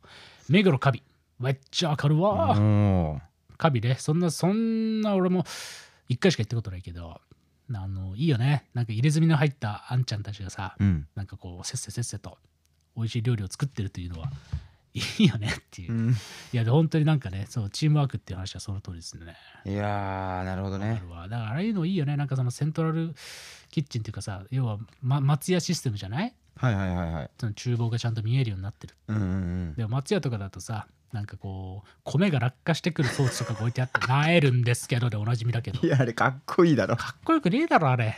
目黒カビめっちゃわかるおわ、ーカビねそんなそんな俺も一回しか行ったことないけどあのいいよねなんか入れ墨の入ったあんちゃんたちがさうんなんかこうせっせせっせと美味しい料理を作ってるというのはいいよねっていう、いやで本当になんかねそうチームワークっていう話はその通りですねいやーなるほどあねるわだからああいうのいいよねなんかそのセントラルキッチンっていうかさ要は、ま、松屋システムじゃないはいはいはいはいその厨房がちゃんと見えるようになってるうんうんでも松屋とかだとさなんかこう米が落下してくる装置とかが置いてあって「なえるんですけど」でおなじみだけどうんいやあれかっこいいだろかっこよくねえだろあれ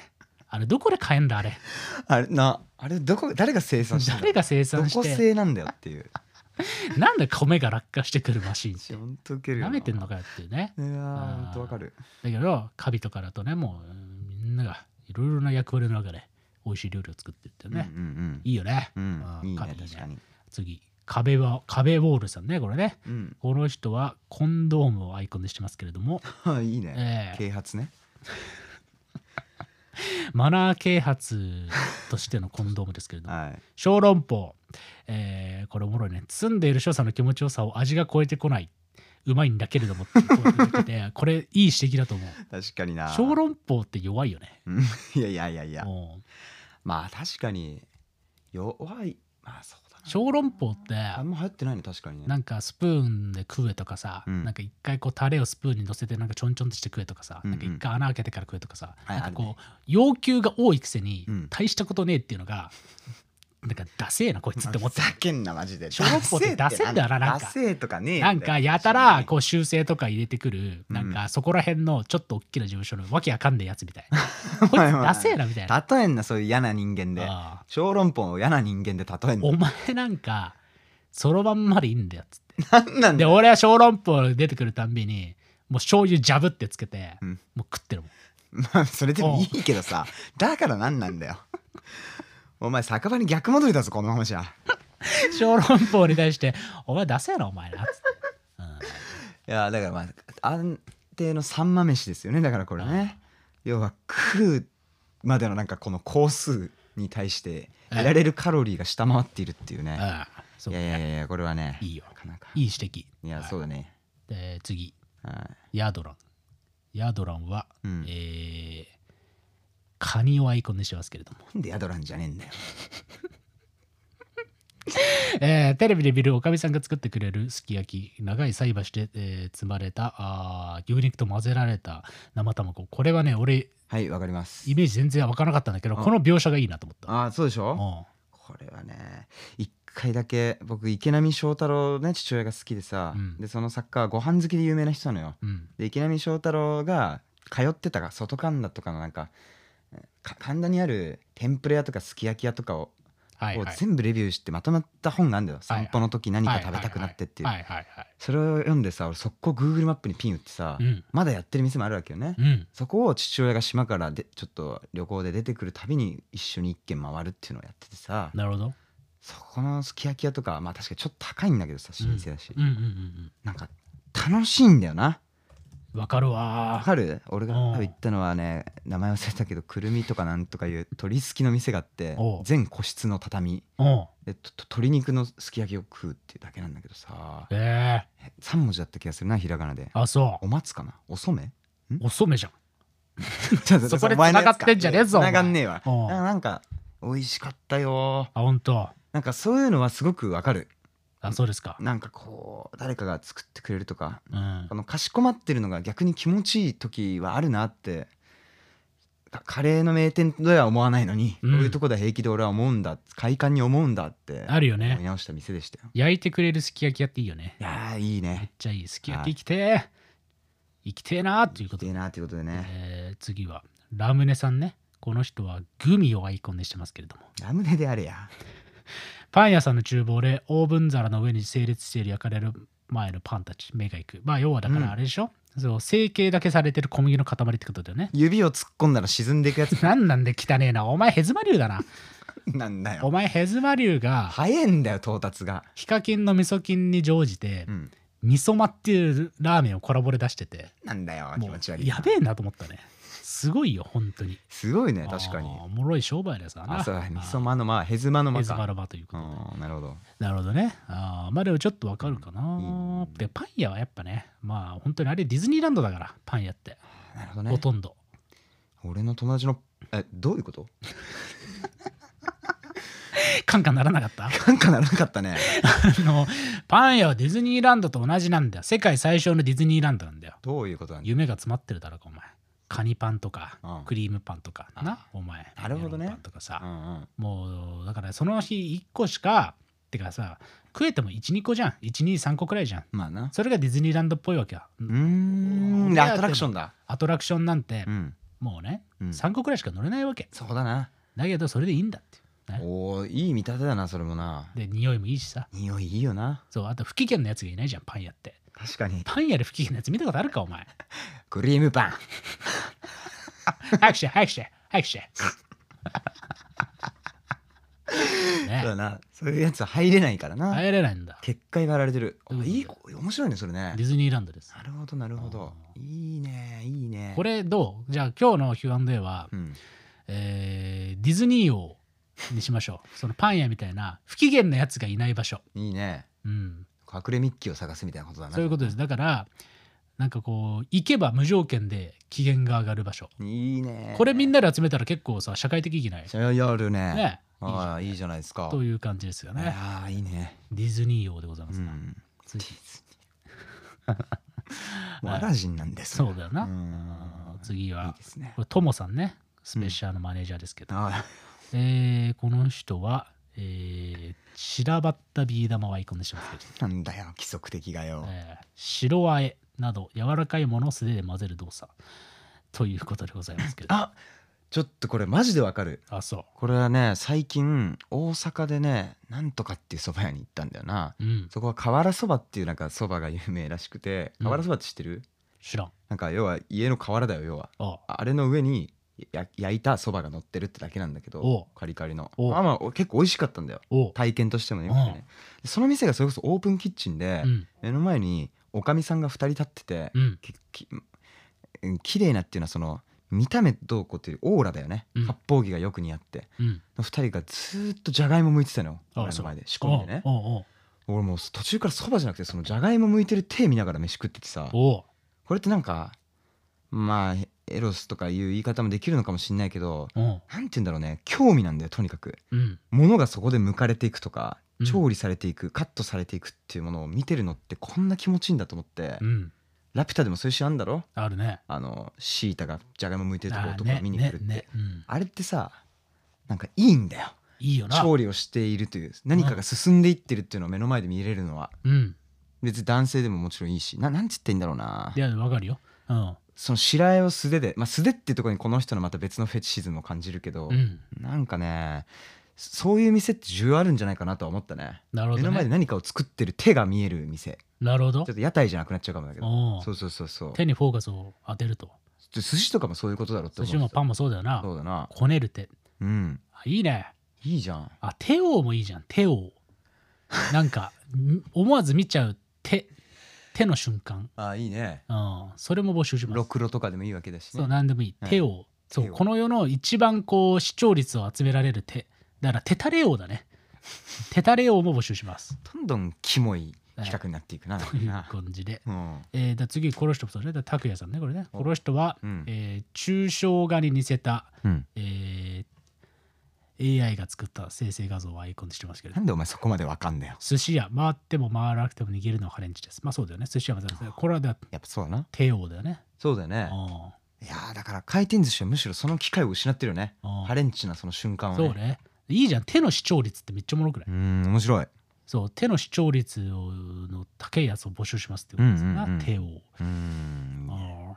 あれどこで買えんだあれあれなあれどこ誰が生産してんだ誰が生ど産しこて製なんだよっていうなんで米が落下してくるマシンってほんとウケるよ舐めてんのかかよっていうねいやあーーほんとわかるだけどカビとかだとねもううんみんながいろいろな役割の中で美味しい料理を作ってるっていうね、うんいいよね、うんあうーんいいねカビ確かに次壁は壁ウォールさんねこれねうんこの人はコンドームをアイコンにしてますけれど もあいいねええ啓発ねマナー啓発としてのコンドームですけれども はい小籠包、えーこれおもろいね包んでいる所作の気持ちよさを味が超えてこないうまいんだけれどもっていう声が出てきてこれいい指摘だと思 う確かにな小籠包って弱いよねうん いやいやいやいやもまあ確かに弱いまあそうだ小籠包ってあんま流行ってないね確かにねなんかスプーンで食えとかさ、うんなんか一回こうタレをスプーンに乗せてなんかちょんちょんとして食えとかさ、うんうんなんか一回穴開けてから食えとかさ、はいなんかこう要求が多いくせにうん大したことねえっていうの が、なんかダセえなこいつって思ってふざけんなマジで小籠包ってダダセセええんだよななんかダセえとかねえんだなよんかやたらこう修正とか入れてくるうんなんかそこら辺のちょっと大きな事務所のわけわかんねえやつみたい なこいはいつはいダセえなみたいな例えんなそういう嫌な人間でああ小籠包を嫌な人間で例えんなお前なんかそろばんまでいいんだよっつってなんなんだでよ俺は小籠包出てくるたんびにもう醤油ジャブってつけて、うんもう食ってるもんまあそれでもいいけどさだからなんなんだよお前酒場に逆戻りだぞこのままじゃ小籠包に対して「お前出せやろお前な」っつって、うんいやだからまあ安定のさんま飯ですよねだからこれね要は食うまでのなんかこの工数に対して得られるカロリーが下回っているっていうねああそいうやいやいやこれはねいいよなかなかいい指摘いやそうだねで次はいヤードランヤードランは、うんえーカニをアイコンにしてますけれども、なんでヤドランじゃねえんだよえーテレビで見るおかみさんが作ってくれるすき焼き長い菜箸で、えー積まれたあー牛肉と混ぜられた生卵これはね俺はいわかりますイメージ全然わからなかったんだけどうんこの描写がいいなと思ったああそうでしょうんこれはね一回だけ僕池波正太郎ね父親が好きでさ、うんでその作家はご飯好きで有名な人なのようんで池波正太郎が通ってたが外神田とかのなんかか神田にある天ぷら屋とかすき焼き屋とかを,、はいはい全部レビューしてまとまった本があるんだよ、はいはい散歩の時何か食べたくなってっていう、はいはいはいそれを読んでさ俺速攻 Google マップにピン打ってさ、うんまだやってる店もあるわけよね、うんそこを父親が島からでちょっと旅行で出てくるたびに一緒に一軒回るっていうのをやっててさなるほどそこのすき焼き屋とかまあ確かにちょっと高いんだけどさ老舗だし、うんうんうんなんか楽しいんだよなうんわかるわわーかる俺がうん多分行ったのはね名前忘れたけどくるみとかなんとかいう鳥すきの店があっておう全個室の畳うんでとと鶏肉のすき焼きを食うっていうだけなんだけどさええ3文字だった気がするなひらがなであそお松かなおそめう遅めじゃんちょっ とそこでお前のや繋つがってんじゃねえぞ いや繋がんねえわお前うんななんか美味しかったよあ本当なんかそういうのはすごくわかるあそうですかなんかこう誰かが作ってくれるとかうんこのかしこまってるのが逆に気持ちいい時はあるなってかカレーの名店では思わないのに、うんこういうとこでは平気で俺は思うんだ快感に思うんだってあるよ思いね直した店でしたよ焼いてくれるすき焼きやっていいよねいやーいいめっねちゃいいすき焼き生きてー生きてーなーということいでいなっていうことでねえー次はラムネさんねこの人はグミをアイコンにしてますけれどもラムネであれやパン屋さんの厨房でオーブン皿の上に整列している焼かれる前のパンたち目がいくまあ要はだかうんらあれでしょ、そう成形だけされてる小麦の塊ってことだよね指を突っ込んだら沈んでいくやつなんなんで汚ねえなお前ヘズマリュウだななんだおよ前ヘズマリュウが早えんだよ到達が、ヒカキンの味噌菌に乗じてうん、味噌まっていうラーメンをコラボで出しててなんだよ気も持ち悪ういなやべえなと思ったねすごいよ本当にすごいね確かにあーおもろい商売ですわなあそうだ味噌ままのまヘズマのまヘズマかラバということで、うんなるほどなるほどね。あーまあでもちょっとわかるかうんな。で、パン屋はやっぱね、まあ本当にあれディズニーランドだから、パン屋って、なるほどほねとんど。俺の友達のえどういうこと カンカンならなかった あなんかならなかったねの、パン屋はディズニーランドと同じなんだよ。世界最小のディズニーランドなんだよ。どういうことなんだ夢が詰まってるだろうか、お前。カニパンとかうん、クリームパンとか、な、お前。なるほどねメロンパンとかさう、んうんもう、だからその日1個しか、てかさ、食えても1、2個じゃん。1、2、3個くらいじゃん。まあなそれがディズニーランドっぽいわけよ。うーんでアトラクションだアトラクションなんてう、ん、もうね、うん、 3個くらいしか乗れないわけそうだなだけどそれでいいんだっていうねおーいい見立てだなそれもなで匂いもいいしさ匂いいいよなそうあと不機嫌なやつがいないじゃんパン屋って確かにパン屋で不機嫌なやつ見たことあるかお 前クリームパン早くして早くして早 くしてそうねだなそういうやつは入れないからな入れないんだ結界がやられてるあうんいいこ面白いねそれねディズニーランドですなるほどなるほどいいねいいねこれどうじゃあ今日の Q&A は、うんえーディズニー王にしましょうそのパン屋みたいな不機嫌なやつがいない場所いいねうん隠れミッキーを探すみたいなことだなそういうことですだからなんかこう行けば無条件で機嫌が上がる場所いいねこれみんなで集めたら結構さ社会的意義ないそれやるねねああいいじゃないですかという感じですよいね。やーいいねディズニー用でございまうすな。んついもうアラジンなんですそうだよな。うん次いいはで、すねこれトモさんね、スペシャルのマネージャーですけど、あえーこの人は、えー散らばったビー玉をアイコンにしてますけど、あなんだよ規則的がよえー白あえなど柔らかいものを素手で混ぜる動作ということでございますけど。あちょっとこれマジでわかるあ、そこれはね最近大阪でねなんとかっていう蕎麦屋に行ったんだよなう。うん。そこは瓦そばっていうなんか蕎麦が有名らしくてうん瓦そばって知ってる知らん。なんか要は家の瓦だよ要はああれの上にや焼いたそばが乗ってるってだけなんだけおうどカリカリのおうまあまあ結構美味しかったんだよおう。体験としてもねよくてねでその店がそれこそオープンキッチンでうん。目の前におかみさんが2人立っててうん。ききうん綺麗なっていうのはその見た目どうこうっていうオーラだよねうん八方着がよく似合ってうん。の2人がずーっとじゃがいも剥いてたのよあ俺そのう前で仕込んでねおうおう俺もう途中からそばじゃなくてそのじゃがいも剥いてる手見ながら飯食っててさおう。おうこれってなんかまあエロスとかいう言い方もできるのかもしんないけどうん。なんて言うんだろうね興味なんだよとにかくうん。物がそこで剥かれていくとかうん調理されていく、カットされていくっていうものを見てるのってこんな気持ちいいんだと思って、うん。ラピュタでもそういうシーンあんだろあるね。あのシータがじゃがいも剥いてるとこあー男が見に来るってあ,、ねねねうん、れってさなんかいいんだよいいよな。調理をしているという何かが進んでいってるっていうのを目の前で見れるのはうん。別に男性でももちろんいいしななんつっていいんだろうないや、わかるよ。うん。その白絵を素手で、まあ、素手ってところにこの人のまた別のフェチシズムを感じるけど、うん。なんかねそういう店って需要あるんじゃないかなとは思ったねなるほ目のど、前でね。何かを作ってる手が見える店なるほどちょっ。と屋台じゃなくなっちゃうかもだけどおうそうそうそうそう手にフォーカスを当てると。寿司とかもそういうことだろって寿思司もうパンンもそうだよなそ。うだなこねる手。うんあいいね。いいじゃんあ、手王もいいじゃん。手王。なんか、 ん思わず見ちゃう手。手の瞬間。あいいねうん。それも募集しまろす。くろとかでもいいわけだしそう、ねなんでもいい。はい手王。そ手う、王この世の一番こう視聴率を集められる手。だから、手タレ王だ ね。手タレ王も募集します。どんどんキモい企画になっていくなという感じで。うんえー、だ次、この人もそうね。だ拓也さんね、これね。この人は、うんえー抽象画に似せた、うんえー AI が作った生成画像をアイコンにしてますけれどな。んでお前そこまでわかんだよ寿司屋、回っても回らなくても逃げるのはハレンチです。まあそうだよね。寿司屋はだからこれはだやっぱそうだな帝王だよね。そうだよねあいやーだから回転寿司はむしろその機会を失ってるよねあハレンチなその瞬あ間をそうね。いいじゃん。手の視聴率ってめっちゃおもろくないうーん面白いそう、手の視聴率をの高いやつを募集しますってことですよな、うんうんうん帝王。うーんああ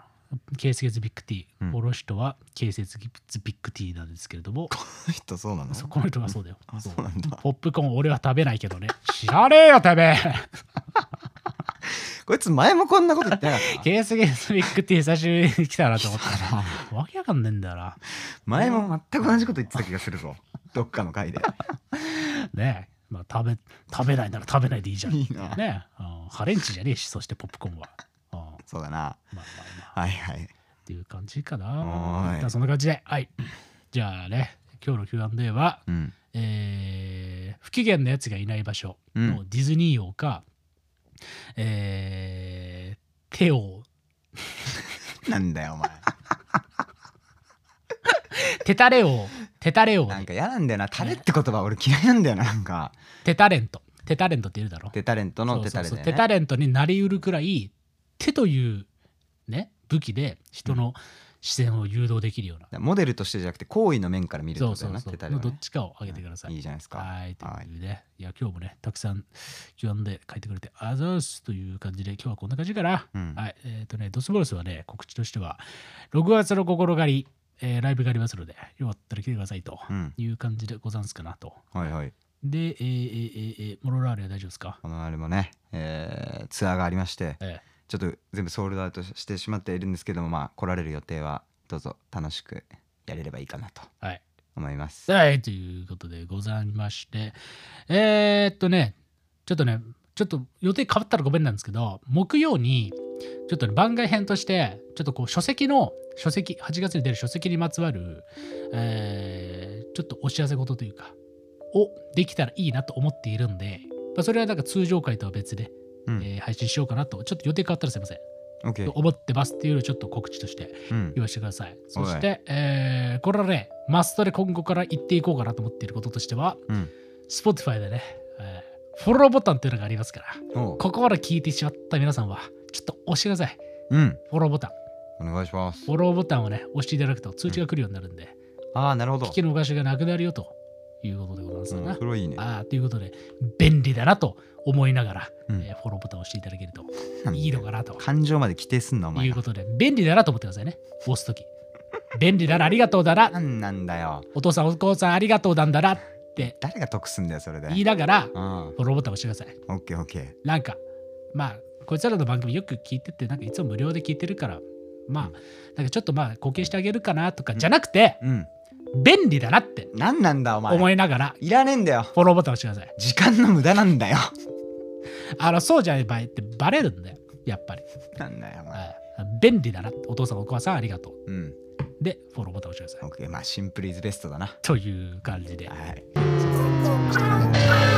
ケースゲズビッグ T、うんこの人はケースゲズビッグ T なんですけれども、人そうなのそう この人がそうだよ。あそうなんだポップコーン俺は食べないけどね。知らねえよ、食 べこいつ前もこんなこと言ってなか ったケースゲスビッグ T 久しぶりに来たなと思ったら、わけわかんねえんだよな。前も全く同じこと言ってた気がする ぞどっかの回でねえ、まあ、食べ食べないなら食べないでいいじゃん。ねいいなえ、うんハレンチじゃねえし、そしてポップコーンは。うんまそうだなあまあまあ、はいはいっていう感じかな。はいじゃあそんな感じで、はい。じゃあね、今日の Q&A は、うんえー不機嫌なやつがいない場所うのディズニー王か、えー手王、なんだよお前テタレ 王、テタレ王、なんか嫌なんだよなタレって言葉俺嫌いなんだよななんかテタレント、テタレントっているだろ。テタレントのテタレそだうそうよテねタレントになりうるくらい手というね武器で人の視線を誘導できるような、モデルとしてじゃなくて行為の面から見るってそうそことだようなそう、テタレのはどねっちかを上げてください、いいじゃないですかはいとはいいうね、い、や今日もねたくさん読んで書いてくれてあざーすという感じで今日はこんな感じかな、うんはいえっ、とねドスボルスはね告知としては6月の心がり、えーライブがありますのでよかったら来てくださいとうんいう感じでござんすかなとはいはいで、えーえーえーえーモロラーレは大丈夫ですか、このあれもねえーツアーがありましてえちょっと全部ソールドアウトしてしまっているんですけどもまあ来られる予定はどうぞ楽しくやれればいいかなとーはい思いますはい、ということでございまして、えーっとね、ちょっとね、ちょっと予定変わったらごめんなんですけど、木曜に、ちょっとね、番外編として、ちょっとこう、書籍の、書籍、8月に出る書籍にまつわる、えーちょっとお知らせ事というか、をできたらいいなと思っているんで、まあ、それはなんか通常回とは別で、うんえー配信しようかなと、ちょっと予定変わったらすいません。と OK。思ってますっていうのをちょっと告知としてうん言。わせてください。そして、えーこれはね、マストで今後から言っていこうかなと思っていることとしては、うん。 Spotify でね、えーフォローボタンっていうのがありますから、おうここまで聞いてしまった皆さんは、ちょっと押してください。うん。フォローボタン。お願いしますフ。ォローボタンをね、押していただくと通知が来るようになるんで、ああ、なるほど。聞き逃しがなくなるよということでございますうかんな。それはいいね。ああ、ということで、便利だなと思いながら、うんえーフォローボタンを押していただけるとなんだいいのかなと感情まで規定すんな、お前いうらこ。とで、便利だなと思ってくださいね。押すとき。便利だな、ありがとうだなな、んなんだよ。お父さん、お母さん、ありがとうなんだなって誰が得すんだよ、それで。言いながら、フうん。オォローボタンを押してください。ッケーオッケー。なんか、まあ、こいつらの番組よく聞いてて、なんかいつも無料で聞いてるから、まあ、なんかちょっとまあ、貢献してあげるかなとか、じゃなくて、うん。便利だなってなんなんだ、お前。思いながら、いらねえんだよ。フォローボタンを押してください。時間の無駄なん だよ。あの、そうじゃない場合ってバレるんだよ、やっぱり。なんだよ、おは前。い便利だなって、お父さん、お母さん、ありがとう。うん。で、フォローボタンを押してください。オッケー。まあ、シンプルイズベストだな。という感じで。はい。そうしてください